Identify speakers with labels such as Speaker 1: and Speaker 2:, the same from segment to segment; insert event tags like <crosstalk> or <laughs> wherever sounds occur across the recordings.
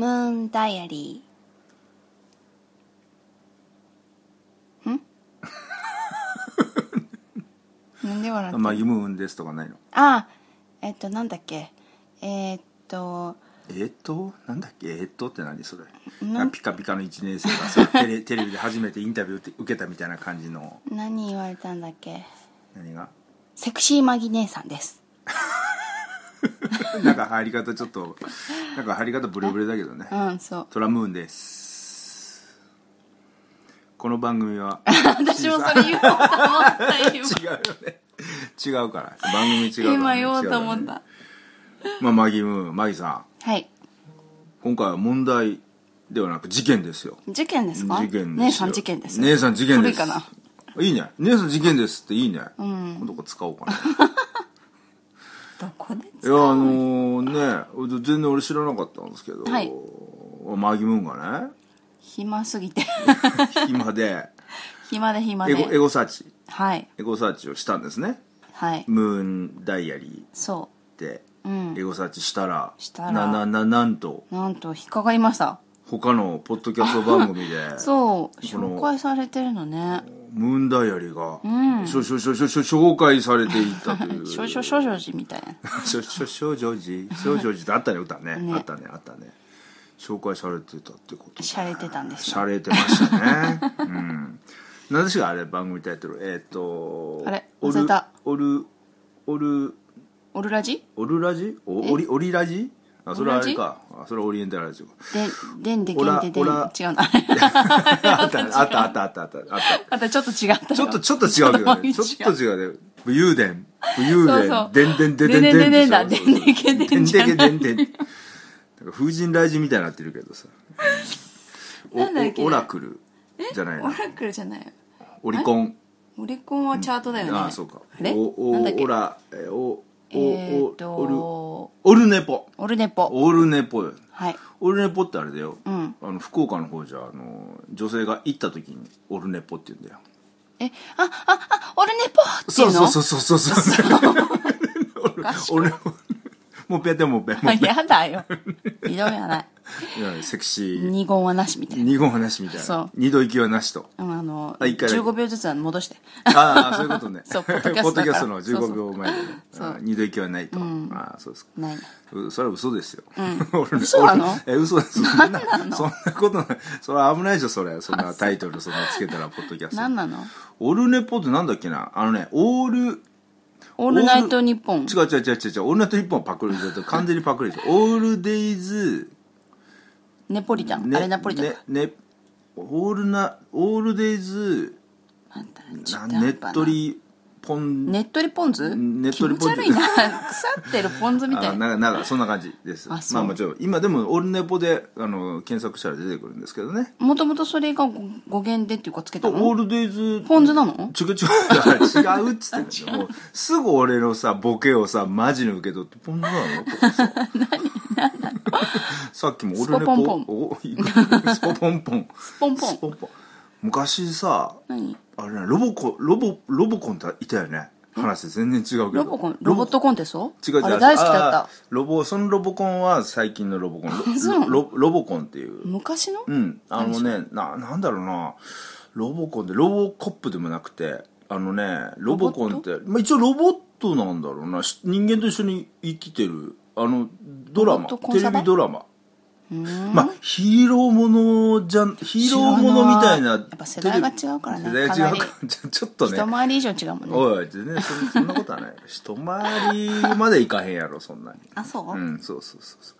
Speaker 1: ンダイアリーん <laughs> なんで笑ってんの
Speaker 2: まあ、ユムウンですとかないの。
Speaker 1: あえっとなんだっけえーっと
Speaker 2: えーっと、なんだっけ、えーっとって何それ
Speaker 1: な。ん
Speaker 2: ピカピカの一年生が
Speaker 1: <laughs>
Speaker 2: それテレテレビで初めてインタビューって受けたみたいな感じの、
Speaker 1: 何言われたんだっけ
Speaker 2: 何が。
Speaker 1: セクシーマギ姉さんです
Speaker 2: なんか入り方ちょっと、なんか入り方ブレブレだけどね。
Speaker 1: うんそう
Speaker 2: トラムーンです。この番組は。
Speaker 1: <laughs> 私もそれ言おうと思った今
Speaker 2: 違うよね。違うから。番組違うからね、
Speaker 1: 今言おうと思
Speaker 2: 違
Speaker 1: っ
Speaker 2: から
Speaker 1: た
Speaker 2: ねまあ、マギムーン、マギさん。
Speaker 1: はい
Speaker 2: 今回は問題ではなく事件ですよ。
Speaker 1: 事件ですか
Speaker 2: 事件で
Speaker 1: 姉
Speaker 2: すよ
Speaker 1: さん事件です
Speaker 2: 姉さん事件です
Speaker 1: 古いかない
Speaker 2: いね姉さん事件ですっていいね、今度これ使おうかない
Speaker 1: どこで
Speaker 2: やあのー、ね全然俺知らなかったんですけど、
Speaker 1: はい
Speaker 2: マギムーンがね
Speaker 1: 暇すぎて <laughs>
Speaker 2: 暇で
Speaker 1: 暇で暇
Speaker 2: エゴエ
Speaker 1: で
Speaker 2: ゴサーチ
Speaker 1: はい
Speaker 2: エゴサーチをしたんですね
Speaker 1: はい
Speaker 2: ムーンダイアリ
Speaker 1: そ
Speaker 2: ーで
Speaker 1: ううん
Speaker 2: エゴサーチしたら,、
Speaker 1: したら
Speaker 2: ななななんと
Speaker 1: なんと引っかかりました
Speaker 2: 他のポッドキャスト番組で
Speaker 1: そう
Speaker 2: この
Speaker 1: 紹介されてるのね
Speaker 2: ムーンダイアリーが、
Speaker 1: うん
Speaker 2: しょしょしょしょしょ紹介されていったという
Speaker 1: 少々少々時みたいな
Speaker 2: 少々少女時少女時ってあったね歌ね
Speaker 1: ね
Speaker 2: あったねあったね紹介されてたってこと
Speaker 1: 洒落てたんです
Speaker 2: しゃれてましたねうん何ですかあれ番組タイトルえっ、と
Speaker 1: あれ
Speaker 2: オ
Speaker 1: 忘
Speaker 2: ル
Speaker 1: れた
Speaker 2: オルオル
Speaker 1: オルラジ
Speaker 2: オルラジおオリオリラジあそれはあれかあそれはオリエンタル
Speaker 1: <laughs>
Speaker 2: ラジオ
Speaker 1: で、でんでけ
Speaker 2: オ
Speaker 1: ん
Speaker 2: ラ
Speaker 1: ででん。違
Speaker 2: オ
Speaker 1: う
Speaker 2: ラ
Speaker 1: な。 <laughs>
Speaker 2: あったあったあったあったあったあった
Speaker 1: あとちょっと違った。
Speaker 2: ちょっと、ちょっと違うけど
Speaker 1: <laughs>
Speaker 2: ね。
Speaker 1: ち
Speaker 2: ち
Speaker 1: ょ
Speaker 2: ょ
Speaker 1: っと違う
Speaker 2: っと違うね。武勇伝。武勇
Speaker 1: そうそう
Speaker 2: 伝。でんでんでんでん
Speaker 1: でんでんでんだ
Speaker 2: んでんでしょ
Speaker 1: でんでけでんじゃない
Speaker 2: でんでけでんでん <laughs> なんか風神雷神みたいになってるけどさ。お
Speaker 1: なんだっけ
Speaker 2: おオラクルじゃない
Speaker 1: オ
Speaker 2: な。
Speaker 1: ラクルじゃないよ。
Speaker 2: オリコン。
Speaker 1: オリコンはチャートだよね。
Speaker 2: ああ、そうか。
Speaker 1: あれ
Speaker 2: お、お、
Speaker 1: なんだっけ
Speaker 2: オラ、え、お、お、
Speaker 1: えーっ
Speaker 2: お、
Speaker 1: と、
Speaker 2: オ
Speaker 1: オ
Speaker 2: ル、オルネポ。
Speaker 1: ルネポ。
Speaker 2: オルネポよ。
Speaker 1: はい。
Speaker 2: オルネポってあれだよ。
Speaker 1: ん
Speaker 2: あの、福岡の方じゃ、あの、女性が行った時にオルネポって言うんだよ。
Speaker 1: え、あ、あ、あ、オルネポっていうの
Speaker 2: そうそうそうそ
Speaker 1: <laughs>
Speaker 2: うそう。俺、俺もうぺってもうぺ、もうぺ。
Speaker 1: やだよ。ひどいやない。
Speaker 2: いやセクシー。
Speaker 1: 二言はなしみたいな。
Speaker 2: 二言話みたい
Speaker 1: そ
Speaker 2: な
Speaker 1: う。
Speaker 2: 二度行きはなしと。
Speaker 1: うんあの、
Speaker 2: あ一回だけ
Speaker 1: 15秒ずつは戻して。 <laughs>
Speaker 2: ああ、そういうことね。
Speaker 1: そうポッドキャストだから
Speaker 2: ポッドキャストの15秒前でね。
Speaker 1: そうそう
Speaker 2: あ二度行きはないと。ああ、そうですか。
Speaker 1: ないな。
Speaker 2: うそれは嘘ですよ。 <laughs> 俺
Speaker 1: 嘘なの
Speaker 2: 俺え、嘘です。そんな、そんなことない。それは危ないでしょ、それ。そんなタイトル、そんなつけたら、ポッドキャス
Speaker 1: 何
Speaker 2: ト。
Speaker 1: なの
Speaker 2: オルネポってなんだっけなあのね、オール、
Speaker 1: オールナイトニッポン。
Speaker 2: 違う違う違う違う違う、オールナイト日本はパクリだと完全にパクリでしょ。オールデイズ、
Speaker 1: ネポリタン。
Speaker 2: ね
Speaker 1: あれナポリタンだ。
Speaker 2: ねねオールなオールデイズ
Speaker 1: なんだちょ
Speaker 2: な
Speaker 1: っとやっぱな
Speaker 2: ねっとりポン、
Speaker 1: ねっとりポン酢
Speaker 2: ねっとりポン酢
Speaker 1: 気持ち悪いな。 <laughs> 腐ってるポン酢みたい
Speaker 2: あ
Speaker 1: な。
Speaker 2: なんかなんかそんな感じです
Speaker 1: あそう
Speaker 2: まあもちろん今でもオルネポであの検索したら出てくるんですけどね
Speaker 1: もともとそれが語語源でっていうかつけた
Speaker 2: とオー
Speaker 1: の
Speaker 2: ルデイズ
Speaker 1: ポン酢なの
Speaker 2: 違う違う違うっつってんですよもうすぐ俺のさボケをさマジに受け取ってポン酢なのとかささっきもオルネ
Speaker 1: ス
Speaker 2: ポ
Speaker 1: ポポンポ
Speaker 2: おいくスポポンポン
Speaker 1: スポンポ
Speaker 2: ス
Speaker 1: ン。
Speaker 2: ポポン昔さ
Speaker 1: 何
Speaker 2: あれね、ロボコ、ロボ、ロボコンっていたよね。話全然違うけ
Speaker 1: ロ
Speaker 2: ど。
Speaker 1: ボコンロボットコンテスト
Speaker 2: 違う違う。
Speaker 1: あれ大好きだっ
Speaker 2: あーロボ、そのロボコンは最近のロボコ
Speaker 1: <laughs>
Speaker 2: ン。
Speaker 1: そうな
Speaker 2: ロ
Speaker 1: の
Speaker 2: ロロボコンってい
Speaker 1: た。
Speaker 2: う。
Speaker 1: 昔の
Speaker 2: うん。あのね、な、なんだろうな。ロボコンって、ロボコップでもなくて、あのね、ロボコンって、まあ一応ロボットなんだろうな。し人間と一緒に生きてる、あの、ドラマ、
Speaker 1: ロボットコン
Speaker 2: テ
Speaker 1: サ
Speaker 2: レ
Speaker 1: バ
Speaker 2: ビドラマ。
Speaker 1: うーん
Speaker 2: まあ、ヒーローものじゃん、ヒーローものみたい
Speaker 1: 知らないや
Speaker 2: な。
Speaker 1: っぱ世代が違うからね
Speaker 2: テレビ世代が違うか、
Speaker 1: から
Speaker 2: <laughs> ちょちょっとね。
Speaker 1: 一回り以上違うもんね。
Speaker 2: おい全然そんそんなことはない一回りまでいかへんやろそんなに
Speaker 1: あ、そううん
Speaker 2: そうそうそうそう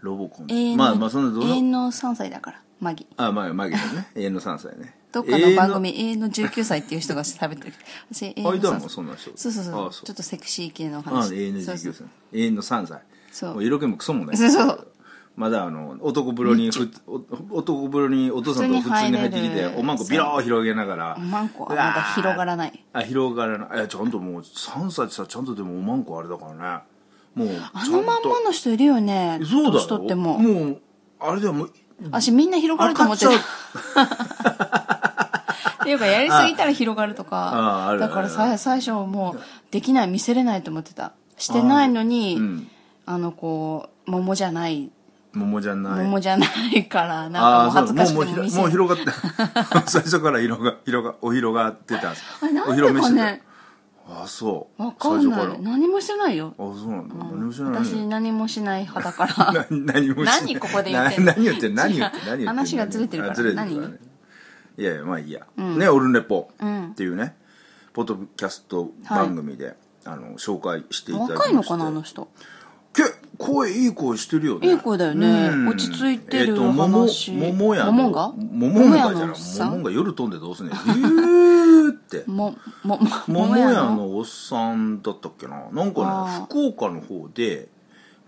Speaker 2: ロボコン、
Speaker 1: 永遠の
Speaker 2: まあまあそんなど
Speaker 1: 永
Speaker 2: の
Speaker 1: 遠の3歳だから、マギ。
Speaker 2: あまあマギだね永遠の3歳ね
Speaker 1: どっかの番組、永遠の19歳っていう人が喋ってる。私、永遠
Speaker 2: 永
Speaker 1: の
Speaker 2: 遠の間
Speaker 1: 3
Speaker 2: もそ
Speaker 1: 歳。
Speaker 2: んな人
Speaker 1: そうそうそ
Speaker 2: あ
Speaker 1: う。ちょっとセクシー系の
Speaker 2: あ
Speaker 1: 話。
Speaker 2: 永遠の
Speaker 1: そうそ
Speaker 2: 19
Speaker 1: う
Speaker 2: 歳永遠の3歳
Speaker 1: そう
Speaker 2: もう色気もクソもない
Speaker 1: そうそう
Speaker 2: まだあの男風呂にふお男風呂にお父さんと普通に入ってき
Speaker 1: 普通に入
Speaker 2: て
Speaker 1: れる
Speaker 2: おまんこビロー広げながら
Speaker 1: おまんこはまだ広がらない。
Speaker 2: あ広がらないいやちゃんともう3歳さちゃんとでもおまんこあれだからねもう
Speaker 1: あのまんまの人いるよね。
Speaker 2: そうだよ
Speaker 1: 年取っても。
Speaker 2: もうあれだよもう
Speaker 1: 私みんな広がると思って
Speaker 2: あ
Speaker 1: た
Speaker 2: れ買っ。
Speaker 1: っていうかやりすぎたら広がると
Speaker 2: あああ
Speaker 1: か
Speaker 2: る
Speaker 1: だから
Speaker 2: ある
Speaker 1: さ最初もうできない見せれないと思ってたしてないのにあ,、
Speaker 2: うん
Speaker 1: のこう桃じゃない
Speaker 2: 桃じゃない
Speaker 1: 桃じゃないから
Speaker 2: あ
Speaker 1: な
Speaker 2: あ
Speaker 1: んかもう恥
Speaker 2: そ
Speaker 1: ず
Speaker 2: う
Speaker 1: かし
Speaker 2: もう
Speaker 1: くても見せ
Speaker 2: もうひろもう広がって <laughs> 最初から色が色がお広がってたんです
Speaker 1: あれなん
Speaker 2: お
Speaker 1: で
Speaker 2: 披露目
Speaker 1: か
Speaker 2: してた
Speaker 1: ね
Speaker 2: あそう
Speaker 1: わかん
Speaker 2: 最
Speaker 1: な
Speaker 2: 初
Speaker 1: い
Speaker 2: から
Speaker 1: 何もしてないよ
Speaker 2: あそうなんだ、何もしない
Speaker 1: 私何もしない派だから
Speaker 2: <laughs> 何何もしない
Speaker 1: 何ここで言ってんの
Speaker 2: な <laughs> 何言ってんの何言ってんの何言ってんの
Speaker 1: 話がずれてるから
Speaker 2: あずれてるからねいやいやまあいいや、
Speaker 1: ん
Speaker 2: ね「オルネポ」
Speaker 1: うん
Speaker 2: っていうねポッドキャスト番組で、あの紹介していただきまして
Speaker 1: 若いのかなあの人
Speaker 2: け声いい声してるよね
Speaker 1: いい声だよね
Speaker 2: うん
Speaker 1: 落ち着いてる
Speaker 2: えっと桃
Speaker 1: 話
Speaker 2: 桃屋の
Speaker 1: 桃が
Speaker 2: 桃屋じ
Speaker 1: 桃屋の
Speaker 2: ゃ
Speaker 1: お
Speaker 2: な
Speaker 1: っ
Speaker 2: い
Speaker 1: さん
Speaker 2: 桃が夜飛んでどうすんねん <laughs> えーって
Speaker 1: ももも
Speaker 2: 桃
Speaker 1: 屋
Speaker 2: 屋
Speaker 1: の
Speaker 2: のおっさんだったっけななん
Speaker 1: あ
Speaker 2: か
Speaker 1: ー
Speaker 2: ね福岡の方で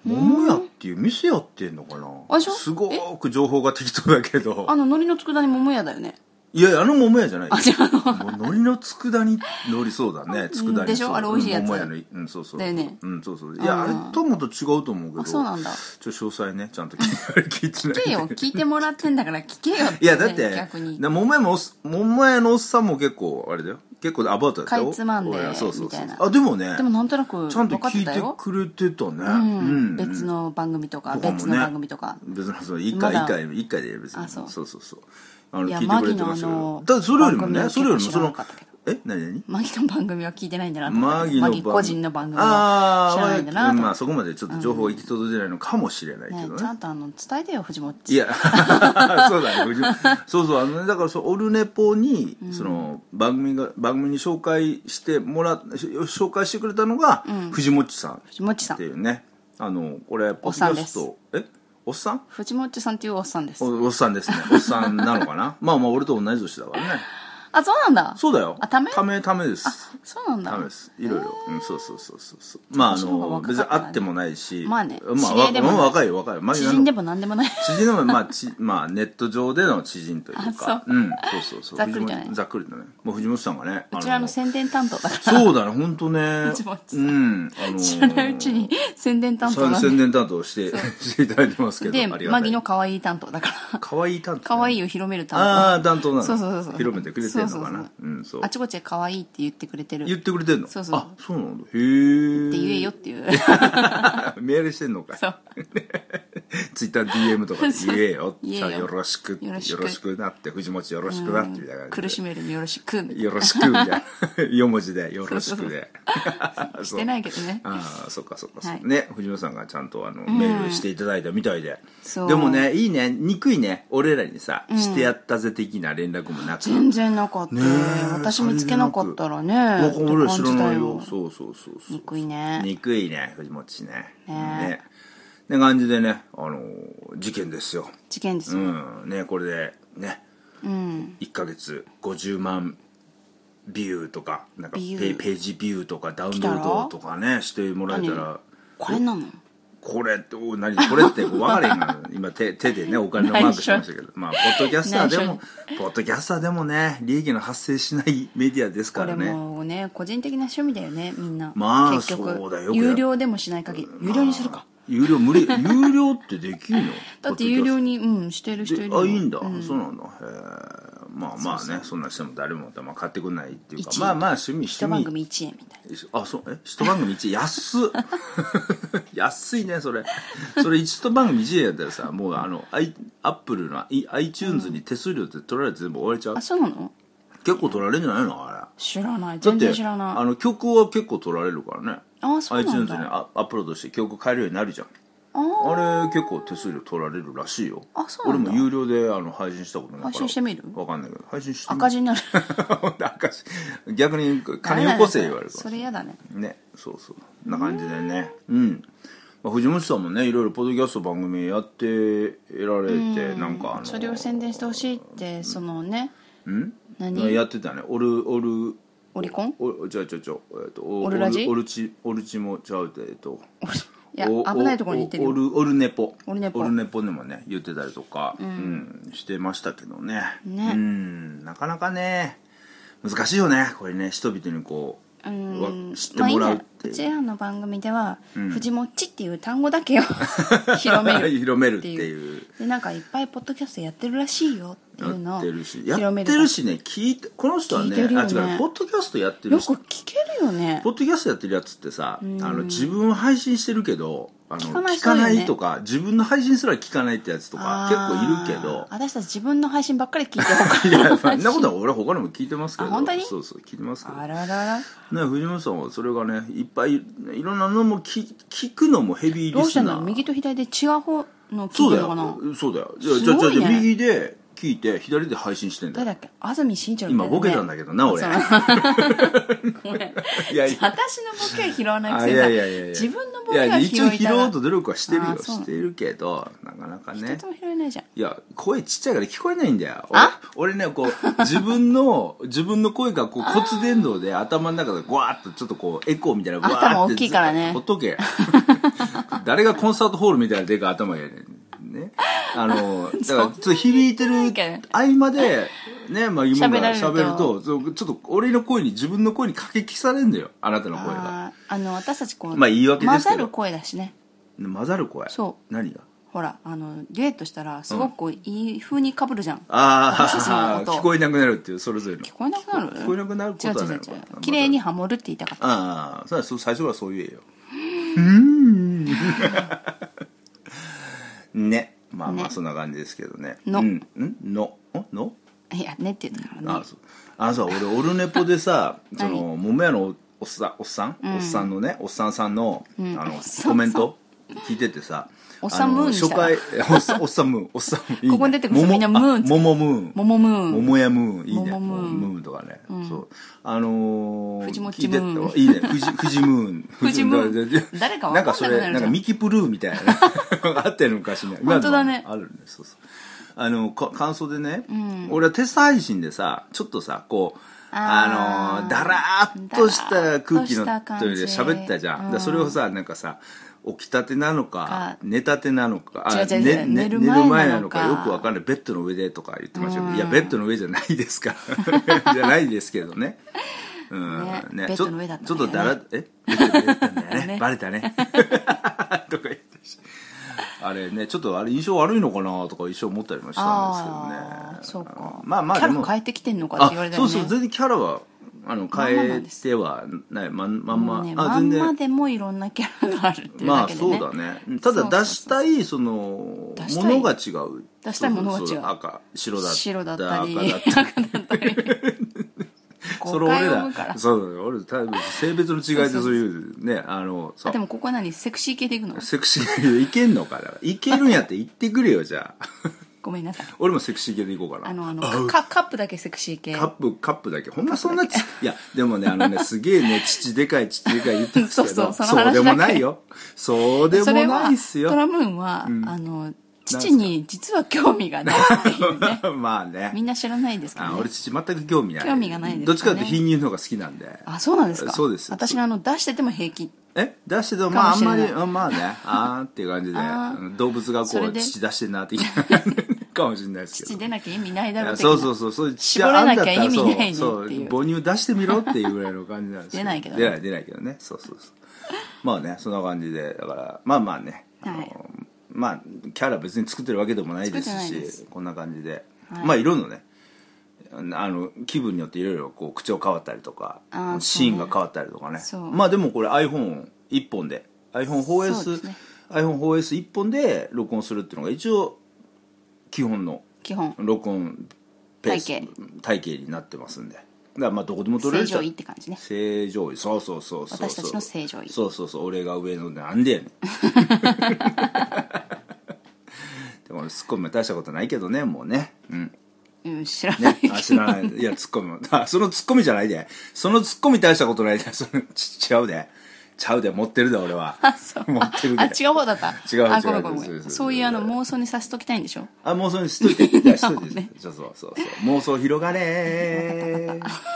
Speaker 2: 桃屋っていう店やってんのか
Speaker 1: あ
Speaker 2: な
Speaker 1: そう
Speaker 2: すごく情報が適当だけど
Speaker 1: あの海苔の佃煮桃屋だよね
Speaker 2: いやいやあの桃屋じゃない
Speaker 1: あ違うの
Speaker 2: もう海苔の佃煮海苔そうだね佃煮そう
Speaker 1: でしょあれ美味しいやつ
Speaker 2: 桃屋のうんそうそう
Speaker 1: だよね
Speaker 2: うんそうそういやあ
Speaker 1: あ
Speaker 2: れ
Speaker 1: ー
Speaker 2: ともと違うと思うけど
Speaker 1: あそうなんだ
Speaker 2: ちょっと詳細ねちゃんと聞いてない
Speaker 1: 聞け
Speaker 2: <laughs>
Speaker 1: よ聞いてもらってんだから聞けよ
Speaker 2: いやだって
Speaker 1: 逆に
Speaker 2: な桃屋のおっさん桃屋のおっさんも結構あれだよ結構アバウトだったよ
Speaker 1: かいつまんで
Speaker 2: おやそうそう
Speaker 1: み
Speaker 2: そう
Speaker 1: たいな
Speaker 2: あでもね
Speaker 1: でもなんとなく
Speaker 2: ちゃんと
Speaker 1: 分かっ
Speaker 2: 聞
Speaker 1: て
Speaker 2: い
Speaker 1: た
Speaker 2: て
Speaker 1: よ
Speaker 2: くれてたね、
Speaker 1: うん
Speaker 2: うん
Speaker 1: 別の番組とか
Speaker 2: とかもね
Speaker 1: 別の番組とか
Speaker 2: 別にそう一
Speaker 1: ま
Speaker 2: 回
Speaker 1: だ
Speaker 2: 一回一回で別に
Speaker 1: あそう
Speaker 2: そうそうそうあの
Speaker 1: いや
Speaker 2: 聞いてくれてましたけ
Speaker 1: マギのあ
Speaker 2: ど
Speaker 1: の
Speaker 2: だそれよりもね
Speaker 1: 番
Speaker 2: そ
Speaker 1: 組
Speaker 2: れよ
Speaker 1: は
Speaker 2: り
Speaker 1: 結構知
Speaker 2: もそ
Speaker 1: らな
Speaker 2: の
Speaker 1: かったけど
Speaker 2: え何何
Speaker 1: マギの番組は聞いてないんだなと思っ
Speaker 2: マ
Speaker 1: て
Speaker 2: ギの
Speaker 1: マ
Speaker 2: 番
Speaker 1: ギ個人の番組は
Speaker 2: あ
Speaker 1: 知らないんだなと
Speaker 2: あ
Speaker 1: 思
Speaker 2: ま
Speaker 1: っ
Speaker 2: あそこまでちょっと情報が行き届いてないのかもしれないけ
Speaker 1: て、
Speaker 2: ど
Speaker 1: ね、
Speaker 2: ね
Speaker 1: ちゃんとあの伝えてよ藤本
Speaker 2: いや <laughs> そうだね藤本そうそうあのねだからそうオルネポに、その番組が番組に紹介してもらし紹介してくれたのが、藤本さん
Speaker 1: 藤本さ
Speaker 2: って
Speaker 1: ん
Speaker 2: いうねあのこれポ
Speaker 1: おっ
Speaker 2: ッ
Speaker 1: さん
Speaker 2: ドキ
Speaker 1: で
Speaker 2: ャ
Speaker 1: す
Speaker 2: ストえおっさん
Speaker 1: 藤本さんっていうおっさんです
Speaker 2: おおっさんですねおっさんなのかな <laughs> まあまあ俺と同じ年だからね
Speaker 1: あそうなんだ
Speaker 2: そうだよ
Speaker 1: あため
Speaker 2: ためためです
Speaker 1: そうなんだ
Speaker 2: ダメですいろいろ、うん、そうそうそうそうそうまああ
Speaker 1: 私の方が
Speaker 2: の
Speaker 1: 若かっ
Speaker 2: 別
Speaker 1: た
Speaker 2: に
Speaker 1: らね
Speaker 2: 会ってもないし
Speaker 1: まあね
Speaker 2: まあ
Speaker 1: 知り合いでもない
Speaker 2: わ若いよ若いマ
Speaker 1: 知人で
Speaker 2: も
Speaker 1: も何でもない
Speaker 2: 知人でもまあちまあネット上での知人というか
Speaker 1: あそうん
Speaker 2: そうそうそう
Speaker 1: ざっくりじゃない
Speaker 2: 藤本ざっくりだねもう藤本さんがね
Speaker 1: うちらの
Speaker 2: あ
Speaker 1: 宣伝担当だから
Speaker 2: そうだね本当ね
Speaker 1: 藤本さ
Speaker 2: うんんあの
Speaker 1: 知らないうちに宣伝担当
Speaker 2: さ
Speaker 1: なんんで
Speaker 2: 宣伝担当してしていただいてますけど
Speaker 1: で
Speaker 2: ありがたい
Speaker 1: マギの可愛い担当だから
Speaker 2: 可愛い担当ね
Speaker 1: 可愛いを広める担当
Speaker 2: ああ担当なの
Speaker 1: そうそうそうそう
Speaker 2: 広めてくれてるのかな
Speaker 1: そううそ
Speaker 2: んそう
Speaker 1: あちこちで可愛いって言ってくれてる
Speaker 2: 言っ
Speaker 1: って
Speaker 2: くれてんの
Speaker 1: そうそう
Speaker 2: あそうなんだへえ
Speaker 1: て言えよっていう
Speaker 2: メールしてんのかい
Speaker 1: そう
Speaker 2: <laughs> ツイッター DM とかで言え
Speaker 1: <laughs>
Speaker 2: よ
Speaker 1: 言え
Speaker 2: じ
Speaker 1: よ
Speaker 2: ゃあよろしく
Speaker 1: よろしく
Speaker 2: よろしくなって藤本よろしくなってみたいな感じで
Speaker 1: 苦しめるによろしくみたいな
Speaker 2: よろしくみたいな
Speaker 1: <laughs>
Speaker 2: 4文字でよろしくで
Speaker 1: し
Speaker 2: そ
Speaker 1: て
Speaker 2: う
Speaker 1: ないけどね
Speaker 2: ああそっかそっか、
Speaker 1: はい
Speaker 2: ね藤本さんがちゃんとあの、メールしていただいたみたいで
Speaker 1: そう
Speaker 2: でもねいいね憎いね俺らにさ、してやったぜ的な連絡もなく
Speaker 1: 全然なかった
Speaker 2: ねえ
Speaker 1: 私見つけなかったらね
Speaker 2: わか俺ら
Speaker 1: って
Speaker 2: 知
Speaker 1: 感
Speaker 2: ら
Speaker 1: じだ
Speaker 2: ないよそうそうそうそう
Speaker 1: 憎いね
Speaker 2: 憎いね藤本氏ね
Speaker 1: ね
Speaker 2: って感じでねあのー事件ですよ
Speaker 1: 事件です
Speaker 2: う
Speaker 1: よ
Speaker 2: んねこれでね
Speaker 1: うん
Speaker 2: 1ヶ月50万ビューとかなんかペ
Speaker 1: ビュー
Speaker 2: ページビューとかダウンロードとかねしてもらえたら
Speaker 1: 何これなの
Speaker 2: これってお何これってこう分かれへんが今手手でねお金のマークしましたけどまあポッドキャスターでもポッドキャスターでもね利益の発生しないメディアです
Speaker 1: こ
Speaker 2: か
Speaker 1: れ
Speaker 2: らね
Speaker 1: もうね個人的な趣味だよねみんな
Speaker 2: まあ
Speaker 1: 結局
Speaker 2: そうだよ
Speaker 1: 有料でもしない限り有料にするか
Speaker 2: 有料無理有料ってできるの
Speaker 1: <laughs> だって有料
Speaker 2: に
Speaker 1: にうんしてる人いる
Speaker 2: あ
Speaker 1: よ
Speaker 2: いいんだ、そうなんだへえまあまあねそんなしても誰もまあ買ってくんないっていうか
Speaker 1: 一位
Speaker 2: まあまあ趣味趣
Speaker 1: 一番
Speaker 2: 味
Speaker 1: 組1円みたいな
Speaker 2: あそうえ一番組一円
Speaker 1: <laughs>
Speaker 2: 安っ安いねそれそれ一番組一円やったらさもうあのアイアップルのい iTunes に手数料って取られて全部終われちゃう、
Speaker 1: あそうなの
Speaker 2: 結構取られるんじゃないのあれ
Speaker 1: 知らない
Speaker 2: だっ
Speaker 1: 全
Speaker 2: て
Speaker 1: 然知らない
Speaker 2: あの曲は結構取られるからね
Speaker 1: あそうなんだ
Speaker 2: iTunes にアアップロードして曲変えるようになるじゃん
Speaker 1: あ
Speaker 2: あれ結構手数料取られるらしいよ
Speaker 1: あそうなんだ
Speaker 2: 俺も有料であの配信したことないから
Speaker 1: 配信してみる
Speaker 2: わかんないけど配信してみる
Speaker 1: 赤字になる
Speaker 2: <laughs> 赤字逆に金よこせ言われるから
Speaker 1: それ嫌だね
Speaker 2: ねそうそうな感じでねうん、まあ、藤本さんもねいろいろポッドキャスト番組やってられて、なんかあの
Speaker 1: それを宣伝してほしいってそのね何
Speaker 2: やってたねオルオル
Speaker 1: オリコン
Speaker 2: おちょちょちょ、えっと、オ
Speaker 1: オルラジ
Speaker 2: オルチオルチもちゃうてえっと
Speaker 1: いや
Speaker 2: お
Speaker 1: 危ないところに行ってる
Speaker 2: お
Speaker 1: よ
Speaker 2: オルオルネポ
Speaker 1: オルネポ
Speaker 2: でもね言ってたりとか、うんしてましたけどね
Speaker 1: ね
Speaker 2: うんなかなかね難しいよねこれね人々にこう、わ知って
Speaker 1: まあいい
Speaker 2: も
Speaker 1: んだ
Speaker 2: らう
Speaker 1: よ
Speaker 2: っ
Speaker 1: う
Speaker 2: ていう
Speaker 1: ちらの番組では「藤もっち」っていう単語だ
Speaker 2: <laughs>
Speaker 1: けを広める
Speaker 2: 広めるっていう
Speaker 1: でなんかいっぱいポッドキャストやってるらしいよっていうの
Speaker 2: や
Speaker 1: を
Speaker 2: ってるしや
Speaker 1: 広
Speaker 2: っ
Speaker 1: め
Speaker 2: てるしね聞いてこの人はね
Speaker 1: 聞いてるよ
Speaker 2: あ
Speaker 1: ね
Speaker 2: 違うポッドキャストやって
Speaker 1: よ
Speaker 2: る
Speaker 1: く
Speaker 2: 人
Speaker 1: 聞けるよね
Speaker 2: ポッドキャストやってるやつってさあの自分配信してるけどああの
Speaker 1: 聞かない
Speaker 2: 聞かな
Speaker 1: そうよ
Speaker 2: い
Speaker 1: ね
Speaker 2: とか自分の配信すら聞かないってやつとか結構いるけど
Speaker 1: あー私たち自分の配信ばっかり聞いて他
Speaker 2: いやまあ
Speaker 1: の
Speaker 2: そ
Speaker 1: 配
Speaker 2: んなこ
Speaker 1: 信 <laughs>
Speaker 2: とは俺は他にも聞いてますけど
Speaker 1: あ本当に
Speaker 2: そうそう聞いてますけど
Speaker 1: あららら
Speaker 2: ね藤本さんはそれがねいっぱいいろんなのも聞聞くのもヘビー
Speaker 1: ど
Speaker 2: リ
Speaker 1: うし
Speaker 2: ス
Speaker 1: た
Speaker 2: ナ
Speaker 1: の
Speaker 2: ー
Speaker 1: 右と左で違う方の聞
Speaker 2: そ
Speaker 1: いうて
Speaker 2: だ
Speaker 1: るのかな
Speaker 2: よそうだよじ
Speaker 1: す
Speaker 2: ゃあ
Speaker 1: ごい
Speaker 2: じ
Speaker 1: ね
Speaker 2: ゃあ右で聞いて左で配信してんだ
Speaker 1: 誰
Speaker 2: よ
Speaker 1: だっけ安住慎一郎みた
Speaker 2: 今
Speaker 1: いなね
Speaker 2: ボケたんだけどな俺
Speaker 1: そうごめん
Speaker 2: <laughs> いやいや
Speaker 1: 私のボケは拾わないく
Speaker 2: あ
Speaker 1: せ
Speaker 2: い
Speaker 1: にさ
Speaker 2: やいやいやいや
Speaker 1: 自分のボ
Speaker 2: い
Speaker 1: ケ
Speaker 2: や
Speaker 1: は
Speaker 2: 一応
Speaker 1: 拾い
Speaker 2: 拾
Speaker 1: たら
Speaker 2: おうと努力はしてる
Speaker 1: あ
Speaker 2: よ
Speaker 1: ーそう
Speaker 2: してるけどなかなかね
Speaker 1: 一つも拾えないじゃん
Speaker 2: いや声ちっちゃいから聞こえないんだよ
Speaker 1: あ
Speaker 2: 俺俺ね
Speaker 1: <laughs>
Speaker 2: こう自分の自分の声がこう骨伝導で頭の中でゴワーッとちょっとこうエコーみたいなゴワーッて
Speaker 1: 頭大きいからね
Speaker 2: ほっ
Speaker 1: <laughs>
Speaker 2: とけ誰がコンサートホールみたいなでかい頭やねんね
Speaker 1: <laughs>
Speaker 2: あのだからちょっと響いてる合間でねまあ今から
Speaker 1: 喋ら
Speaker 2: 喋
Speaker 1: れると
Speaker 2: るとそうちょっと俺の声に自分の声にかけ消されんだよあなたの声が
Speaker 1: あーあの私たちこう、
Speaker 2: まあ言い訳ですけど
Speaker 1: 混ざる声だしね
Speaker 2: 混ざる声
Speaker 1: そ
Speaker 2: 何が
Speaker 1: ほらあのデュエットしたらすごくこう、いい風にかぶるじゃん私たち
Speaker 2: あ
Speaker 1: のこと
Speaker 2: あ <laughs> 聞こえなくなるっていうそれぞれの
Speaker 1: 聞こえなくなる
Speaker 2: 聞こえなくなること
Speaker 1: 違う
Speaker 2: はない
Speaker 1: 違
Speaker 2: の
Speaker 1: う
Speaker 2: か
Speaker 1: 違
Speaker 2: な
Speaker 1: う綺麗にハモるって言いたかった
Speaker 2: ああそうだそう最初はそう言えようーんねまあまあ
Speaker 1: ね
Speaker 2: そんな感じですけどね
Speaker 1: の
Speaker 2: うん、んのんの
Speaker 1: いやねって言ったから
Speaker 2: あ
Speaker 1: ね
Speaker 2: そうあのさ俺オルネポ
Speaker 1: <laughs>
Speaker 2: でさそ
Speaker 1: 何
Speaker 2: の桃屋のおおっさんおっさん、おっさんのねおっさんさんの,、
Speaker 1: ん
Speaker 2: あ
Speaker 1: お
Speaker 2: の
Speaker 1: っさんさん
Speaker 2: コメント聞いててさ
Speaker 1: おっさんムーン
Speaker 2: あの
Speaker 1: にし
Speaker 2: 初
Speaker 1: たら
Speaker 2: 回おっさんおっさんムーンおっさんムーンいいね
Speaker 1: <laughs> ここに出てくる人
Speaker 2: 桃
Speaker 1: みんなムーンつ
Speaker 2: あ桃ムーン
Speaker 1: 桃ムーン
Speaker 2: 桃屋ムーンいいね
Speaker 1: 桃ムーン
Speaker 2: ムーンとかね、そうあのー、
Speaker 1: 藤もっ
Speaker 2: 聞
Speaker 1: ち
Speaker 2: い
Speaker 1: ム
Speaker 2: て
Speaker 1: ー
Speaker 2: た
Speaker 1: ン
Speaker 2: いいね藤藤ムーン
Speaker 1: <laughs> 藤ムーン
Speaker 2: だだだ
Speaker 1: 誰かわ
Speaker 2: なん
Speaker 1: か
Speaker 2: か
Speaker 1: んな
Speaker 2: そ
Speaker 1: くなるじゃ
Speaker 2: れ
Speaker 1: ん
Speaker 2: なんかミキプルーみたいなね
Speaker 1: <laughs>
Speaker 2: あってるのかしら
Speaker 1: 本当だね
Speaker 2: あるねそうそうあのか感想でね、俺はテスト配信でさちょっとさこうあ
Speaker 1: あー
Speaker 2: のだらーっとした空気の
Speaker 1: だらーっとした感
Speaker 2: と
Speaker 1: じ
Speaker 2: いうで喋ったじゃん、だからそれをさなんかさ起きたてなのか
Speaker 1: あ
Speaker 2: 寝たてなのかあ
Speaker 1: 違う違う違う
Speaker 2: ねね
Speaker 1: 寝る前なのか
Speaker 2: よくわかんないベッドの上でとか言ってましたけど、いやベッドの上じゃないですから <laughs> じゃないですけどねうん
Speaker 1: ね
Speaker 2: ね
Speaker 1: ベッドの上だったん
Speaker 2: ち
Speaker 1: だよ
Speaker 2: ょ
Speaker 1: ね
Speaker 2: ちょっとだらえベッドの上だったんだよね
Speaker 1: ね
Speaker 2: <laughs> バレたねとか言ってしあれねちょっとあれ印象悪いのかなとか一生思ったりもしたん
Speaker 1: あ
Speaker 2: で
Speaker 1: ー
Speaker 2: すけ
Speaker 1: そ
Speaker 2: ど
Speaker 1: う
Speaker 2: ね
Speaker 1: か
Speaker 2: まあまあ
Speaker 1: キ
Speaker 2: で
Speaker 1: ャ
Speaker 2: も
Speaker 1: ラ変えてきてんのかって言われたよ
Speaker 2: あ
Speaker 1: ね
Speaker 2: そうそう全然キャラはあの
Speaker 1: んま
Speaker 2: 変
Speaker 1: な
Speaker 2: え
Speaker 1: んです
Speaker 2: てはないまんまん
Speaker 1: も
Speaker 2: ま
Speaker 1: うね
Speaker 2: あ
Speaker 1: ま
Speaker 2: 全
Speaker 1: ん
Speaker 2: 然
Speaker 1: までもいろんなキャラがあるっていう
Speaker 2: ま
Speaker 1: だ
Speaker 2: あ
Speaker 1: けで
Speaker 2: そ
Speaker 1: ね、
Speaker 2: うだねた
Speaker 1: そうそう
Speaker 2: だ
Speaker 1: そう
Speaker 2: 出したいその
Speaker 1: 出し
Speaker 2: も
Speaker 1: たい
Speaker 2: のが違う
Speaker 1: 出したいものが違う
Speaker 2: そそ赤白だった
Speaker 1: 白だったり
Speaker 2: 赤だっ
Speaker 1: 赤だった
Speaker 2: <laughs>
Speaker 1: り <laughs>
Speaker 2: たそれ
Speaker 1: 誤
Speaker 2: 俺
Speaker 1: 解を生むから
Speaker 2: らそうだよ俺多分性別の違いで
Speaker 1: そうそうそう
Speaker 2: そういうねあのさ
Speaker 1: あでもここは何セクシー系でいくの
Speaker 2: セクシー系でいけんのかないけるんやって言ってくれよじゃあ <laughs>
Speaker 1: ごめんなさい
Speaker 2: 俺もセクシー系でいこうかな
Speaker 1: あのあのカカップだけセクシー系
Speaker 2: カップカップだけほんまそんなちいやでもねあ
Speaker 1: <laughs>
Speaker 2: のねすげえね父でかい父でかい言ってますけど
Speaker 1: そうそうその話だ
Speaker 2: う
Speaker 1: け
Speaker 2: でもないよそうでも
Speaker 1: それ
Speaker 2: な
Speaker 1: はい
Speaker 2: っすよ
Speaker 1: トラムーンは、あの父に実は興味
Speaker 2: <laughs>
Speaker 1: がないっていうね
Speaker 2: まあね
Speaker 1: みんな知らないですけど、
Speaker 2: あ
Speaker 1: ね、
Speaker 2: 俺父全く興味ない
Speaker 1: 興味がないですかね
Speaker 2: どっちかっていうと貧乳の方が好きなんで
Speaker 1: あそうなんですか
Speaker 2: そうです
Speaker 1: 私があの出してても平気
Speaker 2: え出しててもまああ
Speaker 1: かもしれ
Speaker 2: んま
Speaker 1: ない
Speaker 2: りうんまあねあーっていう感じで
Speaker 1: あー
Speaker 2: うん動物がこ
Speaker 1: それ
Speaker 2: う
Speaker 1: で
Speaker 2: 父出してんなって言う <laughs> かもしれないですけど
Speaker 1: 父出なきゃ意味ないだ
Speaker 2: い
Speaker 1: ろ
Speaker 2: や
Speaker 1: う
Speaker 2: そうそううそうそういう
Speaker 1: 絞らなきゃ意味ないねっていう
Speaker 2: そうそう母乳出してみろっていうぐらいの感じなんですけ
Speaker 1: 出ないけどね
Speaker 2: 出ない出ないけどねそうそうそうまあねそんな感じでだからまあまあね、あの
Speaker 1: はい
Speaker 2: まあキャラ別に作ってるわけでもないです
Speaker 1: 作って
Speaker 2: し
Speaker 1: ないです
Speaker 2: こんな感じで、
Speaker 1: はい
Speaker 2: まあいろんなねあの気分によっていろいろこう口調変わったりとか
Speaker 1: あーそうね
Speaker 2: シーンが変わったりとかね
Speaker 1: そう
Speaker 2: まあでもこれ iPhone1 本で iPhone4S
Speaker 1: そうですね
Speaker 2: iPhone4S1 本で録音するっていうのが一応基本の
Speaker 1: 基本
Speaker 2: 録音ペース
Speaker 1: 体
Speaker 2: 体系になってますんでだからまあどこでも撮れ
Speaker 1: 正
Speaker 2: る人
Speaker 1: 常位って感じね
Speaker 2: 正常位そうそうそうそうそう
Speaker 1: 私たちの正常位
Speaker 2: そうそうそう俺が上のなんでや
Speaker 1: <laughs>
Speaker 2: ねんでも俺ツッコミも大したことないけどねもうねうん
Speaker 1: うん知らない
Speaker 2: ね、
Speaker 1: <laughs>
Speaker 2: あ知らないいやツッコミもあそのツッコミじゃないでそのツッコミ大したことないでそのち違うでちゃうで持ってるで俺
Speaker 1: <laughs>
Speaker 2: は持ってるで
Speaker 1: あ違う方だった
Speaker 2: 違う
Speaker 1: あ
Speaker 2: 違う
Speaker 1: ごめんごめ
Speaker 2: そうそうんそう
Speaker 1: そういうあの妄想にさせときたいんでしょ <laughs>
Speaker 2: あ、妄想にしといて。いや、しとい
Speaker 1: ね
Speaker 2: て。そうそうそうそう。妄想広がれー。